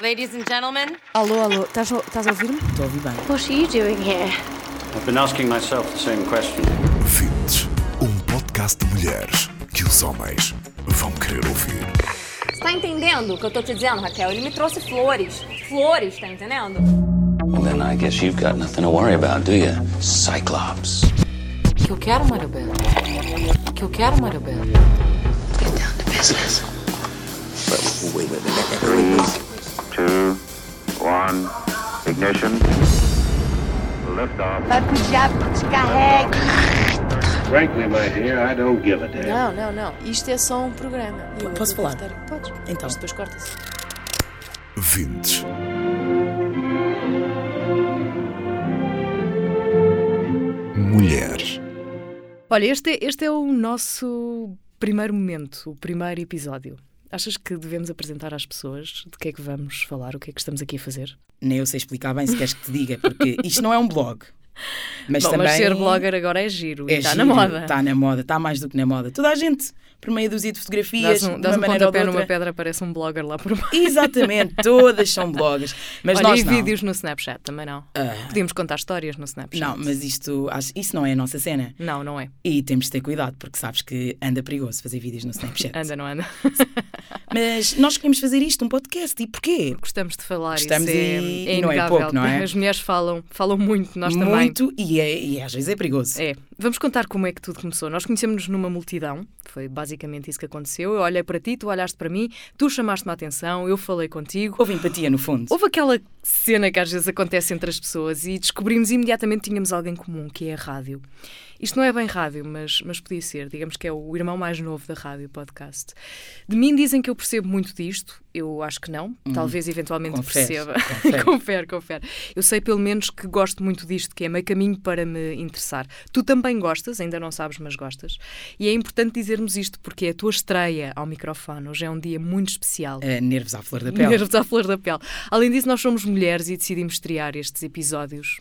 Ladies and gentlemen, Alô, alô, estás a estás a ouvir-me? Estou a ouvir bem. What are you doing here? I've been asking myself the same question. Vintes, um podcast de mulheres que os homens vão querer ouvir. Você tá entendendo o que eu tô te dizendo, Raquel? Ele me trouxe flores. Flores, tá entendendo? Well, then I guess you've got nothing to worry about, do you? Cyclops. que eu quero, Maribel? O que eu quero, Maribel? Get down to business. Wait a minute. two, one, ignition. Lift off. Frankly, my dear, I don't give a damn. Não, não, não. Isto é só um programa. Eu posso vou falar? cortar. Podes. Então. Mas depois corta-se. Vintes, mulheres. Olha, este é, este é o nosso primeiro momento, o primeiro episódio. Achas que devemos apresentar às pessoas de que é que vamos falar, o que é que estamos aqui a fazer? Nem eu sei explicar bem se queres que te diga, porque isto não é um blog. Mas Bom, também. mas ser blogger agora é giro e é está giro, na moda. Está na moda, está mais do que na moda. Toda a gente, por meio dúzia de Dás fotografias, um, de dás uma um maneira ou de pontapé outra. numa pedra, aparece um blogger lá por baixo. Exatamente, todas são blogs. Mas Olha, nós e não. Ah. vídeos no Snapchat também não. Podíamos contar histórias no Snapchat. Não, mas isto, acho- isso não é a nossa cena. Não, não é. E temos de ter cuidado, porque sabes que anda perigoso fazer vídeos no Snapchat. Anda, não anda. Mas nós queremos fazer isto, um podcast. E porquê? Gostamos de falar, Gostamos isso é, e- é e não é inegável. pouco, não é? As mulheres falam, falam muito, nós também. Muito e, é- e às vezes é perigoso. É, vamos contar como é que tudo começou. Nós conhecemos-nos numa multidão, foi basicamente isso que aconteceu. Eu olhei para ti, tu olhaste para mim, tu chamaste-me a atenção, eu falei contigo. Houve empatia no fundo. Houve aquela cena que às vezes acontece entre as pessoas e descobrimos imediatamente que tínhamos alguém comum, que é a rádio. Isto não é bem rádio, mas, mas podia ser. Digamos que é o irmão mais novo da rádio podcast. De mim dizem que eu percebo muito disto. Eu acho que não. Talvez eventualmente confere, perceba. confere. confere, confere. Eu sei pelo menos que gosto muito disto, que é meio caminho para me interessar. Tu também gostas, ainda não sabes, mas gostas. E é importante dizermos isto porque é a tua estreia ao microfone. Hoje é um dia muito especial. Ah, nervos à flor da pele. Nervos à flor da pele. Além disso, nós somos mulheres e decidimos estrear estes episódios.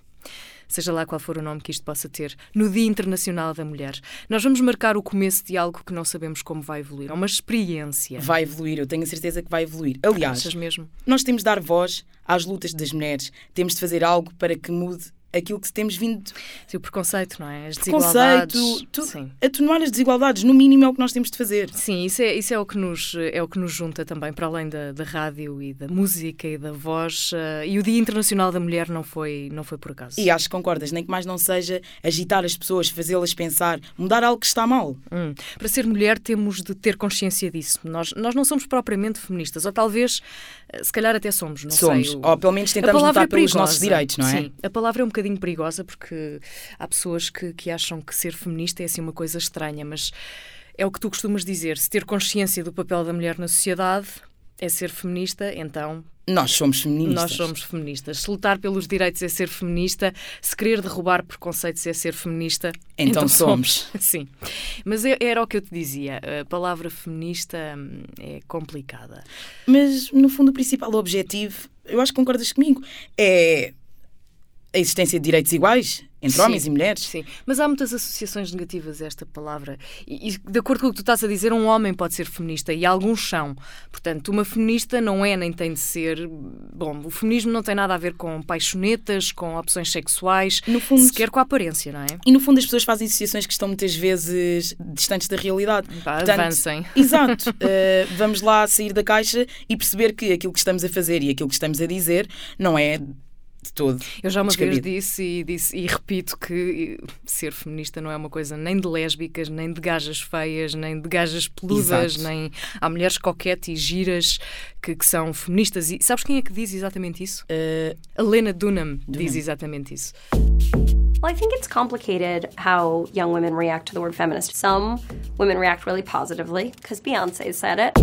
Seja lá qual for o nome que isto possa ter, no Dia Internacional da Mulher. Nós vamos marcar o começo de algo que não sabemos como vai evoluir. É uma experiência. Vai evoluir, eu tenho a certeza que vai evoluir. Aliás, Achas mesmo? nós temos de dar voz às lutas das mulheres, temos de fazer algo para que mude aquilo que temos vindo Sim, o preconceito, não é? As de conceito, desigualdades. tu, Sim. atenuar as desigualdades, no mínimo é o que nós temos de fazer. Sim, isso é, isso é o que nos é o que nos junta também para além da, da rádio e da música e da voz eh, e o Dia Internacional da Mulher não foi não foi por acaso. E acho que concordas, nem que mais não seja agitar as pessoas, fazê-las pensar, mudar algo que está mal. Hum. Para ser mulher temos de ter consciência disso. Nós, nós não somos propriamente feministas, ou talvez, eh, se calhar até somos, não Somos, sei. o- ou pelo menos A tentamos palavra lutar é pelos perigosa. nossos direitos, não é? Sim, a palavra é um bocadinho perigosa porque há pessoas que, que acham que ser feminista é assim uma coisa estranha, mas é o que tu costumas dizer, se ter consciência do papel da mulher na sociedade é ser feminista, então Nós somos feministas. nós somos feministas. Se lutar pelos direitos é ser feminista, se querer derrubar preconceitos é ser feminista, Então Sim. Mas é- era o que eu te dizia. A palavra feminista hum, é complicada. Mas, no fundo, o principal objetivo, eu acho que concordas comigo, é a existência de direitos iguais entre Sim, homens e mulheres. Sim. Mas há muitas associações negativas a esta palavra. E, e, de acordo com o que tu estás a dizer, um homem pode ser feminista e alguns são. Portanto, uma feminista não é nem tem de ser. Bom, o feminismo não tem nada a ver com paixonetas, com opções sexuais, No fundo- sequer com a aparência, não é? E no fundo as pessoas fazem associações que estão muitas vezes distantes da realidade. Pá, avancem. Exato. eh, vamos lá sair da caixa e perceber que aquilo que estamos a fazer e aquilo que estamos a dizer não é de todo. Eu já uma descabido. vez disse e, disse e repito que ser feminista não é uma coisa nem de lésbicas, nem de gajas feias, nem de gajas peludas, Exato. nem há mulheres coquetes e giras que, que são feministas. E sabes quem é que diz exatamente isso? Uh, A Lena Dunham, diz exatamente isso. Well, I think it's complicated how young women react to the word feminist. Some women react really positively because Beyonce said it.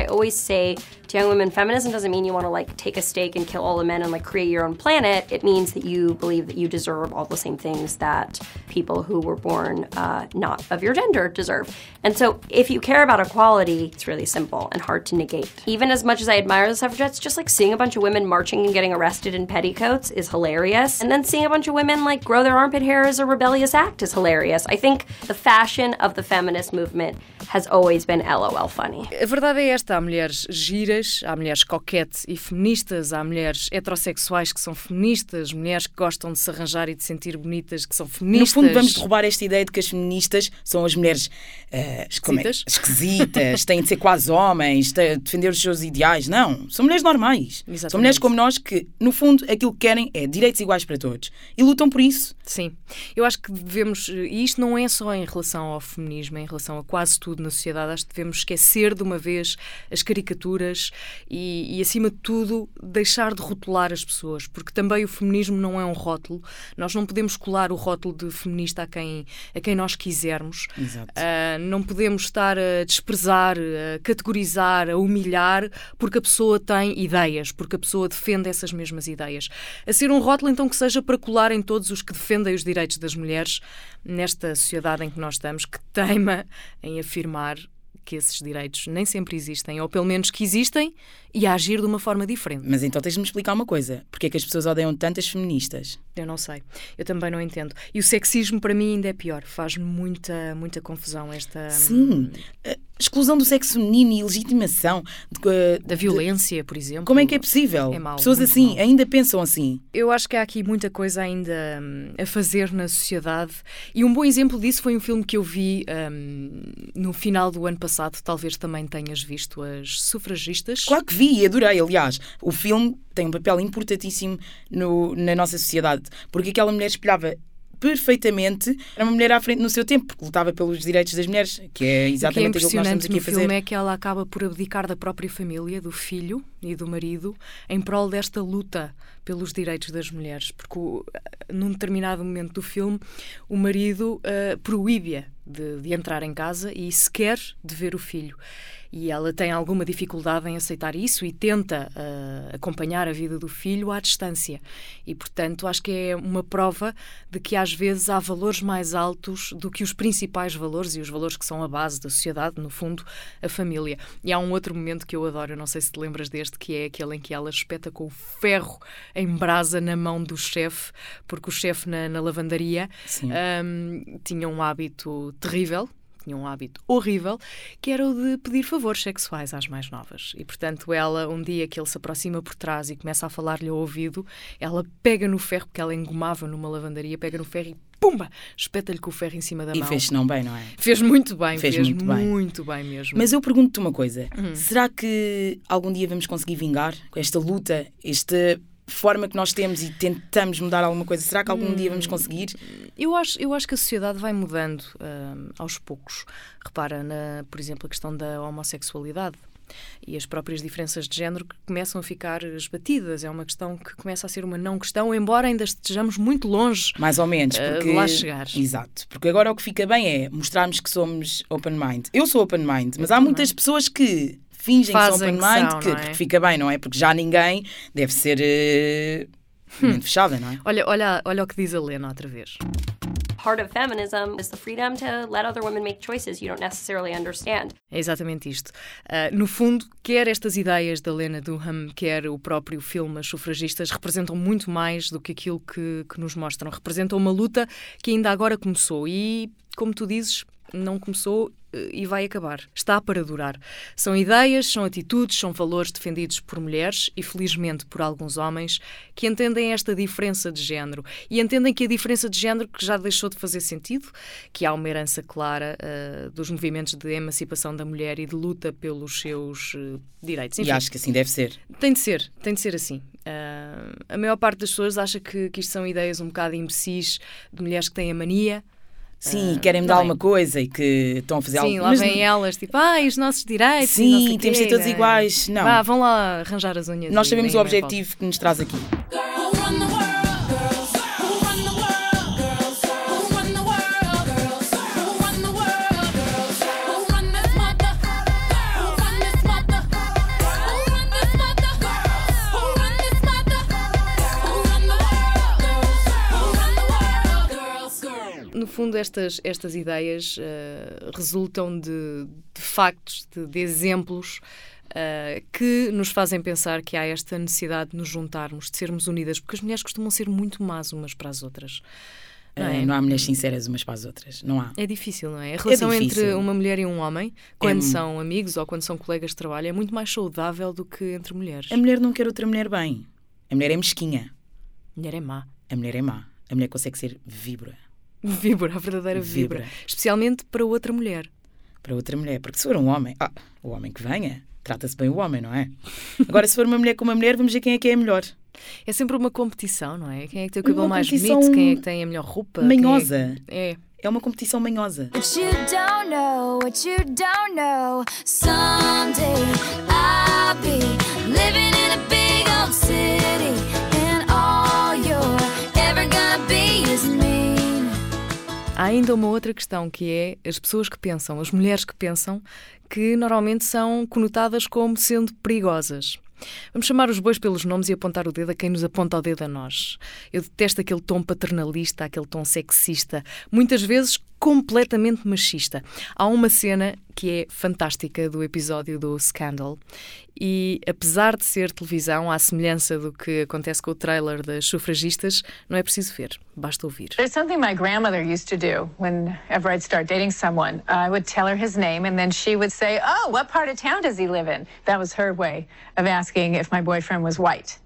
I always say to young women, feminism doesn't mean you want to like take a stake and kill all the men and like create your own planet. It means that you believe that you deserve all the same things that people who were born uh, not of your gender deserve. And so, if you care about equality, it's really simple and hard to negate. Even as much as I admire the suffragettes, just like seeing a bunch of women marching and getting arrested in petticoats is hilarious. And then seeing a bunch of women like grow their armpit hair as a rebellious act is hilarious. I think the fashion of the feminist movement has always been LOL funny. A verdade é esta: há mulheres giras, há mulheres coquetes e feministas, há mulheres heterossexuais que são feministas, mulheres que gostam de se arranjar e de sentir bonitas que são No feministas. fundo, vamos derrubar esta ideia de que as feministas são as mulheres eh, como é? Esquisitas. esquisitas, têm de ser quase homens, têm de defender os seus ideais. Não, são mulheres normais. Exatamente. São mulheres como nós que, no fundo, aquilo que querem é direitos iguais para todos e lutam por isso. Sim, eu acho que devemos, e isto não é só em relação ao feminismo, é em relação a quase tudo na sociedade, acho que devemos esquecer de uma vez as caricaturas e, e, acima de tudo, deixar de rotular as pessoas, porque também o feminismo não é um rótulo. Nós não podemos colar o rótulo de feminista a quem, a quem nós quisermos. Exato. Ah, não podemos estar a desprezar, a categorizar, a humilhar, porque a pessoa tem ideias, porque a pessoa defende essas mesmas ideias. A ser um rótulo, então, que seja para colar em todos os que defendem os direitos das mulheres nesta sociedade em que nós estamos, que teima em afirmar que esses direitos nem sempre existem, ou pelo menos que existem, e a agir de uma forma diferente. Mas então tens de me explicar uma coisa: porque é que as pessoas odeiam tantas feministas? Eu não sei, eu também não entendo. E o sexismo, para mim, ainda é pior. Faz-me muita, muita confusão esta... Sim, eh, exclusão do sexo feminino e legitimação de, eh, Da violência, por exemplo. Como é que é possível? É mau, Pessoas muito assim mau. ainda pensam assim. Eu acho que há aqui muita coisa ainda hum, a fazer na sociedade e um bom exemplo disso foi um filme que eu vi hum, no final do ano passado, talvez também tenhas visto as sufragistas. Claro que vi e adorei, aliás. O filme tem um papel importantíssimo no- na nossa sociedade, porque aquela mulher espelhava perfeitamente, era uma mulher à frente no seu tempo, porque lutava pelos direitos das mulheres, que é O que é exatamente aquilo que nós estamos impressionante aqui no a fazer. filme é que ela acaba por abdicar da própria família, do filho e do marido, em prol desta luta pelos direitos das mulheres. Porque o- num determinado momento do filme, o marido ah, proíbe-a de, de entrar em casa e sequer de ver o filho. E ela tem alguma dificuldade em aceitar isso e tenta ah, acompanhar a vida do filho à distância. E, portanto, acho que é uma prova de que às vezes há valores mais altos do que os principais valores e os valores que são a base da sociedade, no fundo, a família. E há um outro momento que eu adoro, eu não sei se te lembras deste, que é aquele em que ela espeta com o ferro em brasa na mão do chefe, porque o chefe na, na lavandaria Sim. hum, tinha um hábito terrível. Tinha um hábito horrível, que era o de pedir favores sexuais às mais novas. E, portanto, ela, um dia que ele se aproxima por trás e começa a falar-lhe ao ouvido, ela pega no ferro, porque ela engomava numa lavandaria, pega no ferro e, pumba, espeta-lhe com o ferro em cima da E mão. fez não bem, não é? Fez muito bem, Fez fez, muito muito, bem. bem. mesmo. Mas eu pergunto-te uma coisa: Uhum. será que algum dia vamos conseguir vingar com esta luta, esta forma que nós temos e tentamos mudar alguma coisa? Será que algum dia vamos Hum. conseguir? eu, acho, eu acho que a sociedade vai mudando hum, aos poucos. Repara, na, por exemplo, a questão da homossexualidade. E as próprias diferenças de género que começam a ficar esbatidas. É uma questão que começa a ser uma não questão, embora ainda estejamos muito longe. Mais ou menos, Ah, porque lá chegar. Exato, porque agora o que fica bem é mostrarmos que somos open mind. Eu sou open mind, mas há muitas pessoas que fingem Fazem que que são open mind são, que- não é? porque fica bem, não é? Porque já ninguém deve ser eh, Hum. mente fechada, não é? Olha, olha, olha o que diz a Lena outra vez. Part of feminism is the freedom to let other women make choices you don't necessarily understand. É exatamente isto. Ah, no fundo, quer estas ideias da Lena Dunham, quer o próprio filme As Sufragistas, representam muito mais do que aquilo que, que nos mostram. Representam uma luta que ainda agora começou e, como tu dizes, não começou eh, e vai acabar. Está para durar. São ideias, são atitudes, são valores defendidos por mulheres e, felizmente, por alguns homens que entendem esta diferença de género e entendem que a diferença de género que já deixou de fazer sentido, que há uma herança clara ah, dos movimentos de emancipação da mulher e de luta pelos seus eh, direitos. E acho que assim deve ser. Tem de ser, tem de ser assim. Ah, a maior parte das pessoas acha que, que isto são ideias um bocado imbecis de mulheres que têm a mania. Sim, querem me dar Ah, tá bem. alguma coisa e que estão a fazer Sim, algo. lá mas- vêm elas, tipo, ai, os nossos direitos. Sim, e não sei temos de ser quê, todos né? iguais. Não. Vá, vão lá arranjar as unhas. Nós e é sabemos o deem bem objetivo que nos traz aqui. volta. No fundo, estas, estas ideias ah, resultam de, de factos, de, de exemplos. ah, que nos fazem pensar que há esta necessidade de nos juntarmos, de sermos unidas, porque as mulheres costumam ser muito más umas para as outras. Não, Não é? há mulheres sinceras umas para as outras. Não há. É difícil, não é? A relação difícil. entre uma mulher e um homem, quando É mu- são amigos ou quando são colegas de trabalho, é muito mais saudável do que entre mulheres. A mulher não quer outra mulher bem. A mulher é mesquinha. mulher é má. A mulher é má. A mulher consegue ser víbora Vibra, a verdadeira vibra. Vibra. Especialmente para outra mulher. para outra mulher. Porque se for um homem, ah, o homem que venha, trata-se bem o homem, não é? Agora, se for uma mulher com uma mulher, vamos ver quem é que é a melhor. É sempre uma competição, não é? Quem é que tem o cabelo Uma mais competição um bonito? Quem é que tem a melhor roupa? Quem é que- Manhosa. É. É uma competição manhosa. What you don't know, what you don't know. Someday I'll be living in a big old city, and all you're ever gonna be is me. Há ainda uma outra questão que é as pessoas que pensam, as mulheres que pensam, que normalmente são conotadas como sendo perigosas. Vamos chamar os bois pelos nomes e apontar o dedo a quem nos aponta o dedo a nós. Eu detesto aquele tom paternalista, aquele tom sexista, muitas vezes completamente machista. Há uma cena que é fantástica do episódio do Scandal e, apesar de ser televisão, à semelhança do que acontece com o trailer das sufragistas, não é preciso ver, basta ouvir. There's something my grandmother used to do whenever I'd start dating someone. I would tell her his name, and then she would say, Oh, what part of town does he live in? That was her way of asking if my boyfriend was white.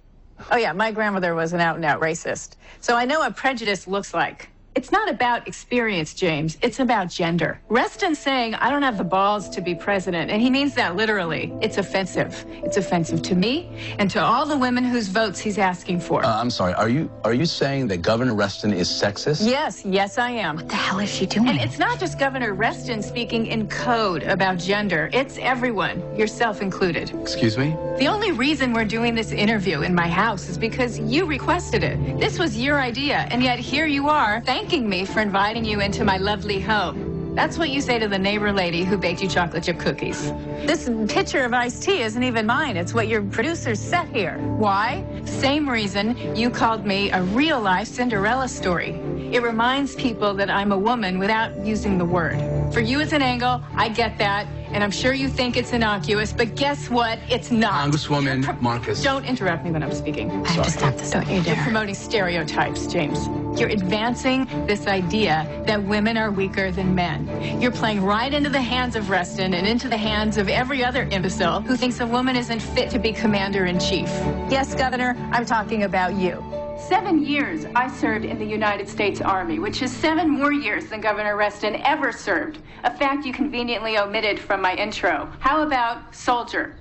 Oh, yeah, my grandmother was an out and out racist. So I know what prejudice looks like. It's not about experience, James. It's about gender. Reston saying, I don't have the balls to be president, and he means that literally. It's offensive. It's offensive to me and to all the women whose votes he's asking for. Uh, I'm sorry. Are you are you saying that Governor Reston is sexist? Yes, yes, I am. What the hell is she doing? And it's not just Governor Reston speaking in code about gender, it's everyone, yourself included. Excuse me. The only reason we're doing this interview in my house is because you requested it. This was your idea, and yet here you are thanking me for inviting you into my lovely home. That's what you say to the neighbor lady who baked you chocolate chip cookies. This pitcher of iced tea isn't even mine. It's what your producer set here. Why? Same reason you called me a real life Cinderella story. It reminds people that I'm a woman without using the word. For you, it's an angle. I get that. And I'm sure you think it's innocuous, but guess what? It's not. Congresswoman Marcus. Don't interrupt me when I'm speaking. I have to stop this. Don't you dare. You're promoting stereotypes, James. You're advancing this idea that women are weaker than men. You're playing right into the hands of Reston and into the hands of every other imbecile who thinks a woman isn't fit to be commander in chief. Yes, Governor, I'm talking about you. Seven years I served in the United States Army, which is seven more years than Governor Reston ever served, a fact you conveniently omitted from my intro. How about soldier,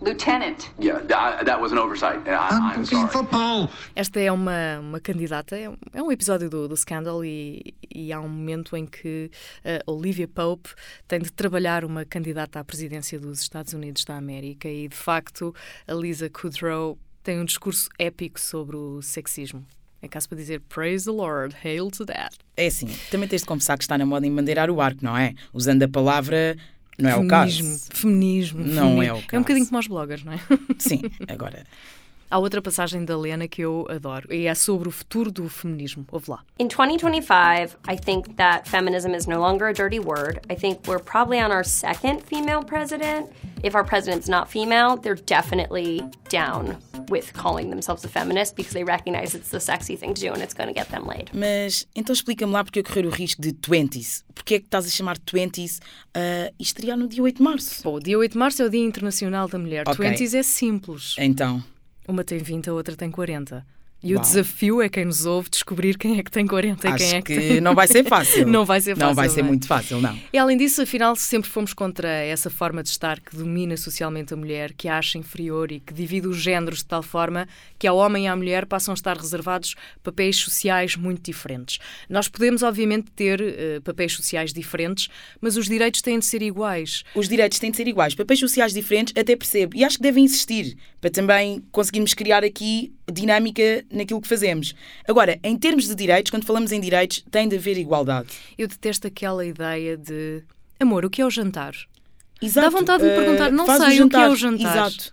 lieutenant? Yeah, that, that was an oversight. and I, I'm sorry. Esta é uma, uma candidata, é um, é um episódio do, do Scandal e, e há um momento em que eh, Olivia Pope tem de trabalhar uma candidata à presidência dos Estados Unidos da América e, de facto, a Lisa Kudrow tem um discurso épico sobre o sexismo. É caso para dizer Praise the Lord, hail to that. É assim, também tens de confessar que está na moda embandeirar o arco, não é? Usando a palavra, não é o caso. Feminismo, feminismo. Não feminismo. é o É um caso. bocadinho como aos bloggers, não é? Sim, agora. Há outra passagem da Lena que eu adoro e é sobre o futuro do feminismo. Ouve lá. In 2025, I think that feminism is no longer a dirty word. I think we're probably on our second female president. If our president's not female, they're definitely down with calling themselves a feminist because they recognize it's the sexy thing to do and it's going to get them laid. Mas então explica-me lá porque eu correr o risco de 20s. Porquê é que estás a chamar 20s ah, e estrear no dia 8 de março? Pô, o dia 8 de março é o Dia Internacional da Mulher. Ok. 20s é simples. Então, Uma tem 20, a outra tem 40. E o Uau. desafio é quem nos ouve descobrir quem é que tem 40 e acho quem é que, que, tem... não vai ser fácil. não vai ser fácil. Não vai ser não é? muito fácil, não. E além disso, afinal, sempre fomos contra essa forma de estar que domina socialmente a mulher, que a acha inferior e que divide os géneros de tal forma que ao homem e à mulher passam a estar reservados papéis sociais muito diferentes. Nós podemos, obviamente, ter eh, papéis sociais diferentes, mas os direitos têm de ser iguais. Os direitos têm de ser iguais. Papéis sociais diferentes, até percebo. E acho que devem existir para também conseguirmos criar aqui dinâmica naquilo que fazemos. Agora, em termos de direitos, quando falamos em direitos, tem de haver igualdade. Eu detesto aquela ideia de amor, o que é o jantar? Exato. Dá vontade de me Eh, perguntar, não faz sei o, que é o jantar. jantar. Exato.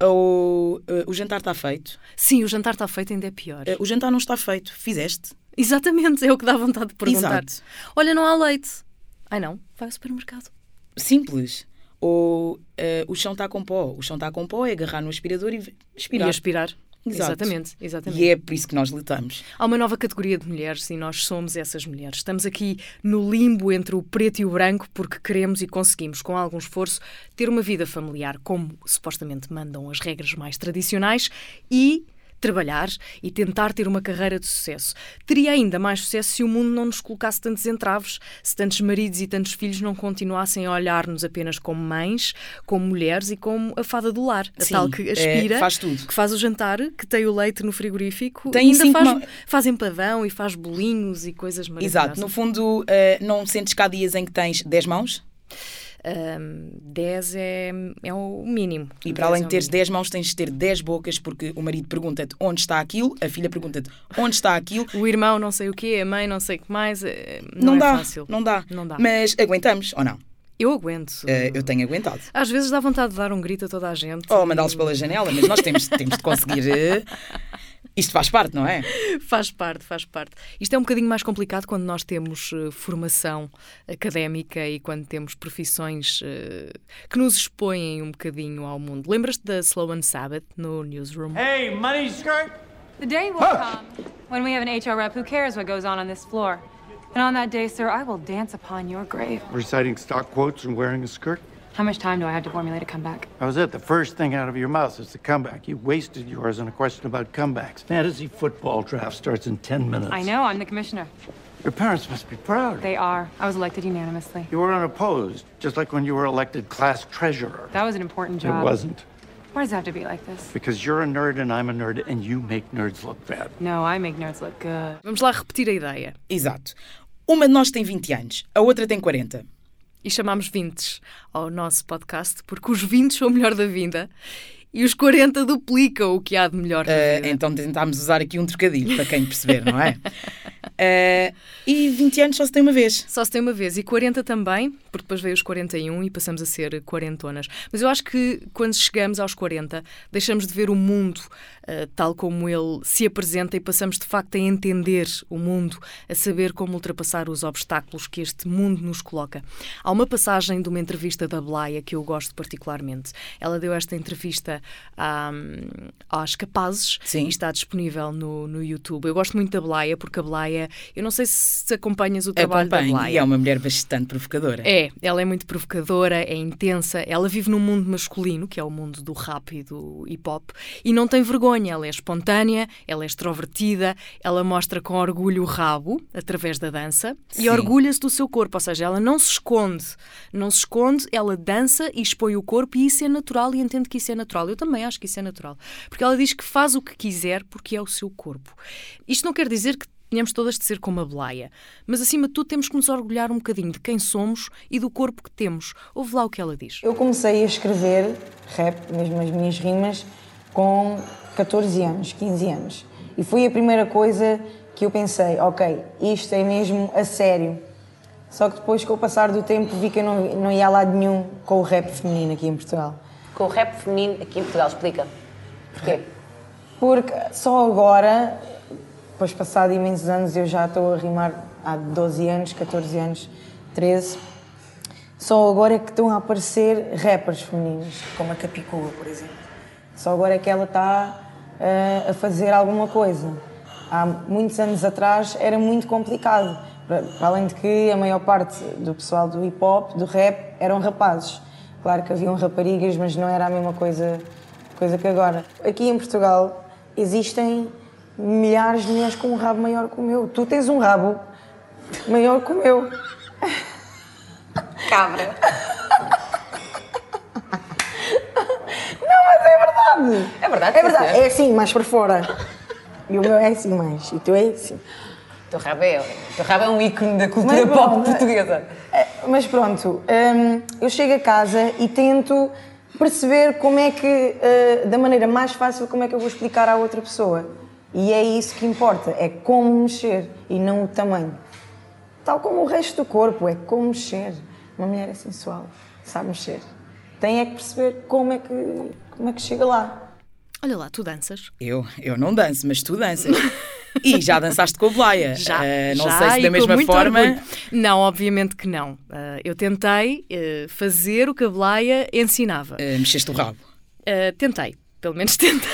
O, eh, o jantar está feito. Sim, o jantar está feito, ainda é pior. Eh, o jantar não está feito. Fizeste? Exatamente, é o que dá vontade de perguntar. Exato. Olha, não há leite. Ai não, vai ao supermercado. Simples. tá Ou eh, o chão está com pó. O chão está com pó é agarrar no aspirador e v- aspirar. E aspirar. Exato. Exatamente, exatamente. E é por isso que nós lutamos. Há uma nova categoria de mulheres e nós somos essas mulheres. Estamos aqui no limbo entre o preto e o branco porque queremos e conseguimos, com algum esforço, ter uma vida familiar como supostamente mandam as regras mais tradicionais e trabalhar e tentar ter uma carreira de sucesso. Teria ainda mais sucesso se o mundo não nos colocasse tantos entraves, se tantos maridos e tantos filhos não continuassem a olhar-nos apenas como mães, como mulheres e como a fada do lar, a Sim, tal que é, aspira, faz tudo. que faz o jantar, que tem o leite no frigorífico, Tem e ainda cinco faz, mão- faz empadão e faz bolinhos e coisas maravilhosas. Exato. No fundo, eh, não sentes cá dias em que tens 10 mãos? Ahm, 10 é, é o mínimo. E 10 para além é de o teres mínimo. 10 mãos, tens de ter 10 bocas, porque o marido pergunta-te onde está aquilo, a filha pergunta-te onde está aquilo. O irmão não sei o quê, a mãe não sei o que mais, eh, Não, não, é dá, fácil. não dá, Não dá. Mas aguentamos, ou não? Eu aguento. Eh, eu tenho aguentado. Às vezes dá vontade de dar um grito a toda a gente. Ou mandá-los pela janela, mas nós temos, temos de conseguir. eh, Isto faz parte, não é? Faz parte, faz parte. Isto é um bocadinho mais complicado quando nós temos eh, formação académica e quando temos profissões eh, que nos expõem um bocadinho ao mundo. Lembras-te da Sloan Sabbath no Newsroom? Hey, money skirt! The day will come when we have an HR rep who cares what goes on on this floor. And on that day, sir, I will dance upon your grave. Reciting stock quotes and wearing a skirt? How much time do I have to formulate a comeback? That was it. The first thing out of your mouth is the comeback. You wasted yours on a question about comebacks. Fantasy football draft starts in 10 minutes. I know, I'm the commissioner. Your parents must be proud. They are. I was elected unanimously. You were unopposed, just like when you were elected class treasurer. That was an important It job. wasn't, Why does it have to be like this? because you're a nerd and I'm a nerd, and you make nerds look bad. No, I make nerds look good. Vamos lá repetir a ideia. Exato. Uma de nós tem 20 anos, a outra tem 40. E chamámos 20 ao nosso podcast porque os 20 são o melhor da vida e os 40 duplicam o que há de melhor. na Eh, vida. então tentámos usar aqui um trocadilho para quem perceber, não é? Eh, e 20 anos só se tem uma vez. Só se tem uma vez. E 40 também, porque depois veio os 41 e passamos a ser quarentonas. Mas eu acho que quando chegamos aos 40, deixamos de ver o mundo ah, tal como ele se apresenta e passamos de facto a entender o mundo, a saber como ultrapassar os obstáculos que este mundo nos coloca. Há uma passagem de uma entrevista da Blaia que eu gosto particularmente. Ela deu esta entrevista à, aos capazes e está disponível no, no YouTube. Eu gosto muito da Blaia, porque a Blaia, eu não sei se acompanhas o trabalho da Acompanhe. Blaia. E é uma mulher bastante provocadora. É, ela é muito provocadora, é intensa. Ela vive num mundo masculino, que é o mundo do rap e do hip hop, e não tem vergonha. Ela é espontânea, ela é extrovertida, ela mostra com orgulho o rabo através da dança Sim. e orgulha-se do seu corpo. Ou seja, ela não se esconde, não se esconde, ela dança e expõe o corpo, e isso é natural. E entende que isso é natural. Eu também acho que isso é natural, porque ela diz que faz o que quiser porque é o seu corpo. Isto não quer dizer que Tínhamos todas de ser como a Blaia. Mas, acima de tudo, temos que nos orgulhar um bocadinho de quem somos e do corpo que temos. Ouve lá o que ela diz. Eu comecei a escrever rap, mesmo as minhas rimas, com 14 anos, 15 anos. E foi a primeira coisa que eu pensei, ok, isto é mesmo a sério. Só que depois, com o passar do tempo, vi que eu não, não ia a lado nenhum com o rap feminino aqui em Portugal. Com o rap feminino aqui em Portugal, explica. Porquê? Porque só agora, depois de passado imensos anos, eu já estou a rimar há 12 anos, 14 anos, 13. Só agora é que estão a aparecer rappers femininos, como a Capicua, por exemplo. Só agora é que ela está eh, a fazer alguma coisa. Há muitos anos atrás era muito complicado. Para para além de que a maior parte do pessoal do hip hop, do rap, eram rapazes. Claro que haviam raparigas, mas não era a mesma coisa, coisa que agora. Aqui em Portugal existem milhares de mulheres com um rabo maior que o meu. Tu tens um rabo maior que o meu. Cabra. Não, mas é verdade. É verdade, É sim, verdade. senhora. É assim, mais para fora. E o meu é assim mais. E tu é assim. O teu rabo é, o teu rabo é um ícone da cultura Mas pop né? bom, portuguesa. É, Mas pronto, hum, eu chego a casa e tento perceber como é que, eh, da maneira mais fácil, como é que eu vou explicar à outra pessoa. E é isso que importa, é como mexer e não o tamanho. Tal como o resto do corpo, é como mexer. Uma mulher é sensual, sabe mexer. Tem é que perceber como é que, como é que chega lá. Olha lá, tu danças. Eu, eu não danço, mas tu danças. e já dançaste com a Blaia. Já, Eh, não já, sei se e da com mesma muito forma. orgulho. Não, obviamente que não. Ah, eu tentei eh, fazer o que a Blaia ensinava. eh, mexeste o ah, rabo. Ah, tentei, pelo menos tentei.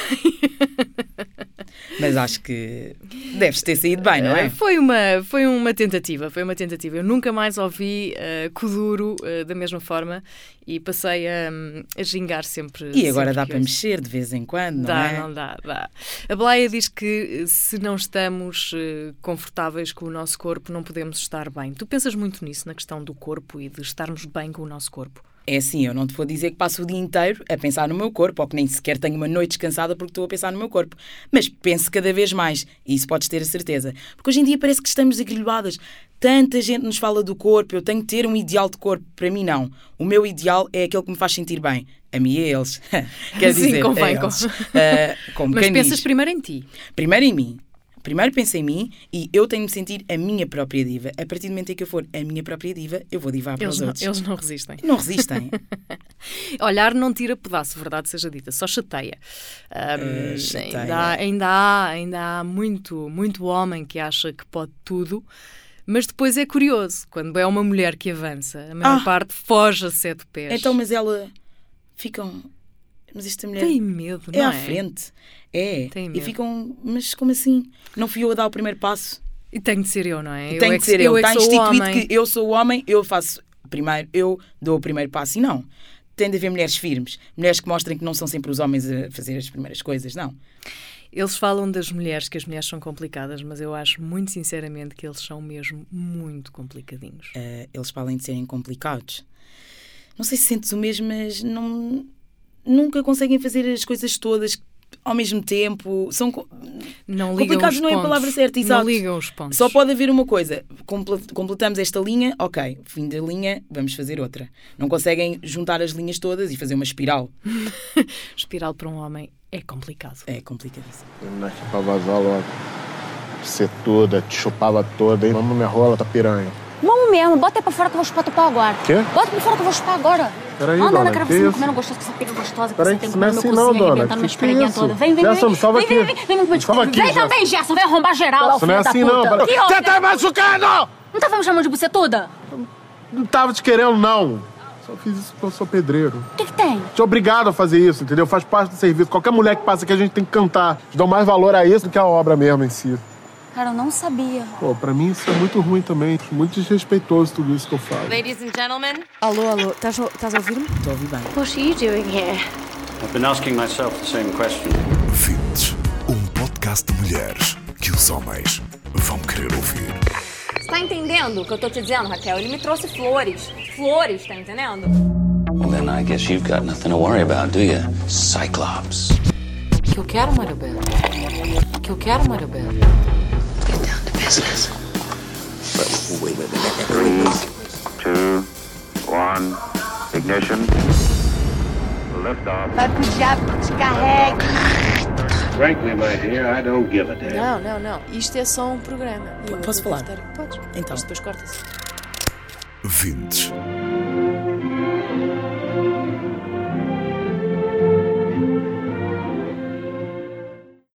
Mas acho que deves ter saído bem, não é? Foi uma, foi uma tentativa, foi uma tentativa. Eu nunca mais ouvi uh, Kuduro uh, da mesma forma e passei a, um, a gingar sempre. E agora sempre dá que para ouço. mexer de vez em quando, dá, não é? não dá, dá. A Blaia diz que eh, se não estamos eh, confortáveis com o nosso corpo, não podemos estar bem. Tu pensas muito nisso, na questão do corpo e de estarmos bem com o nosso corpo. É assim, eu não te vou dizer que passo o dia inteiro a pensar no meu corpo, ou que nem sequer tenho uma noite descansada porque estou a pensar no meu corpo. Mas penso cada vez mais, e isso podes ter a certeza. Porque hoje em dia parece que estamos agrilhoadas. Tanta gente nos fala do corpo, eu tenho que ter um ideal de corpo. Para mim, não. O meu ideal é aquele que me faz sentir bem. A mim é eles. Quer Sim, dizer, a convém, eles. convém. Ah, como Mas quem pensas diz. primeiro em ti. Primeiro em mim. Primeiro penso em mim e eu tenho de sentir a minha própria diva. A partir do momento em que eu for a minha própria diva, eu vou divar para Eles os não, outros. eles não resistem. Não resistem. Olhar não tira pedaço, verdade seja dita, só chateia. Ahm, Eh, chateia. Ainda, há- ainda há, ainda há muito, muito homem que acha que pode tudo, mas depois é curioso, quando é uma mulher que avança, a maior Ah! parte foge a sete pés. Então, mas ela. Ficam. Mas esta mulher. Tem medo, é? não à é? frente. É. Tem e medo. ficam. Mas como assim? Não fui eu a dar o primeiro passo? E tenho de ser eu, não é? Tem é de que- ser eu. é Está que sou o instituído homem. que eu sou o homem, eu faço primeiro, eu dou o primeiro passo. E não. Tem de haver mulheres firmes. Mulheres que mostrem que não são sempre os homens a fazer as primeiras coisas, não. Eles falam das mulheres, que as mulheres são complicadas, mas eu acho muito sinceramente que eles são mesmo muito complicadinhos. Eh, eles para além de serem complicados. Não sei se sentes o mesmo, mas não, nunca conseguem fazer as coisas todas ao mesmo tempo. São co- Não ligam complicados os não é a pontos. palavra certa, Não exato. ligam os pontos. Só pode haver uma coisa. Comple- Completamos esta linha, ok. Fim da linha, vamos fazer outra. Não conseguem juntar as linhas todas e fazer uma espiral. Espiral para um homem é complicado. É complicadíssimo. Nós chupava zola, você toda, te chupava toda, hein? Vamos minha rola, tá piranha. Vamos mesmo, bota aí pra fora que eu vou chupar teu pau agora. Quê? Bota pra fora que eu vou chupar agora. Peraí, Anda dona, na cara que você isso? comendo gostoso, com essa pica gostosa que Peraí, você tem isso comendo não é meu assim não, cozinho, dona. alimentando Que minha que espreguinha é isso? toda. Vem, vem, Gerson, vem. salva vem, aqui. vem, vem, vem, vem, Salva aqui, vem também, Gerson. Gerson, vem arrombar geral, Isso não é filho da assim puta. não, pera- Que Você onda? tá machucando! Não tava me chamando de bucetuda? Não tava te querendo, não. Só fiz isso porque eu sou pedreiro. O que que tem? Te obrigado a fazer isso, entendeu? Faz parte do serviço. Qualquer mulher É que passa aqui, a gente tem que cantar. Te dão mais valor a isso do que a obra mesmo em si. Cara, eu não sabia. Pô, pra mim isso é muito ruim também. Muito desrespeitoso tudo isso que eu falo. Ladies and gentlemen. Alô, alô, estás a ouvir-me? Estou a ouvir bem. What are you doing here? I've been asking myself the same question. Vintes, um podcast de mulheres que os homens vão querer ouvir. Você tá entendendo o que eu tô te dizendo, Raquel? Ele me trouxe flores. Flores, tá entendendo? Well, then I guess you've got nothing to worry about, do you? Cyclops. Que eu quero, Mário Belo. Que eu quero, Mário Belo. Business. Well, wait a minute. Three, two, one, ignition. Liftoff. Vai pro diabo, te carrega. Frankly, my dear, I don't give a damn. Não, não, não. Isto é só um programa. E eu Posso vou falar? cortar- Podes. Então. Mas depois corta-se. Vintes,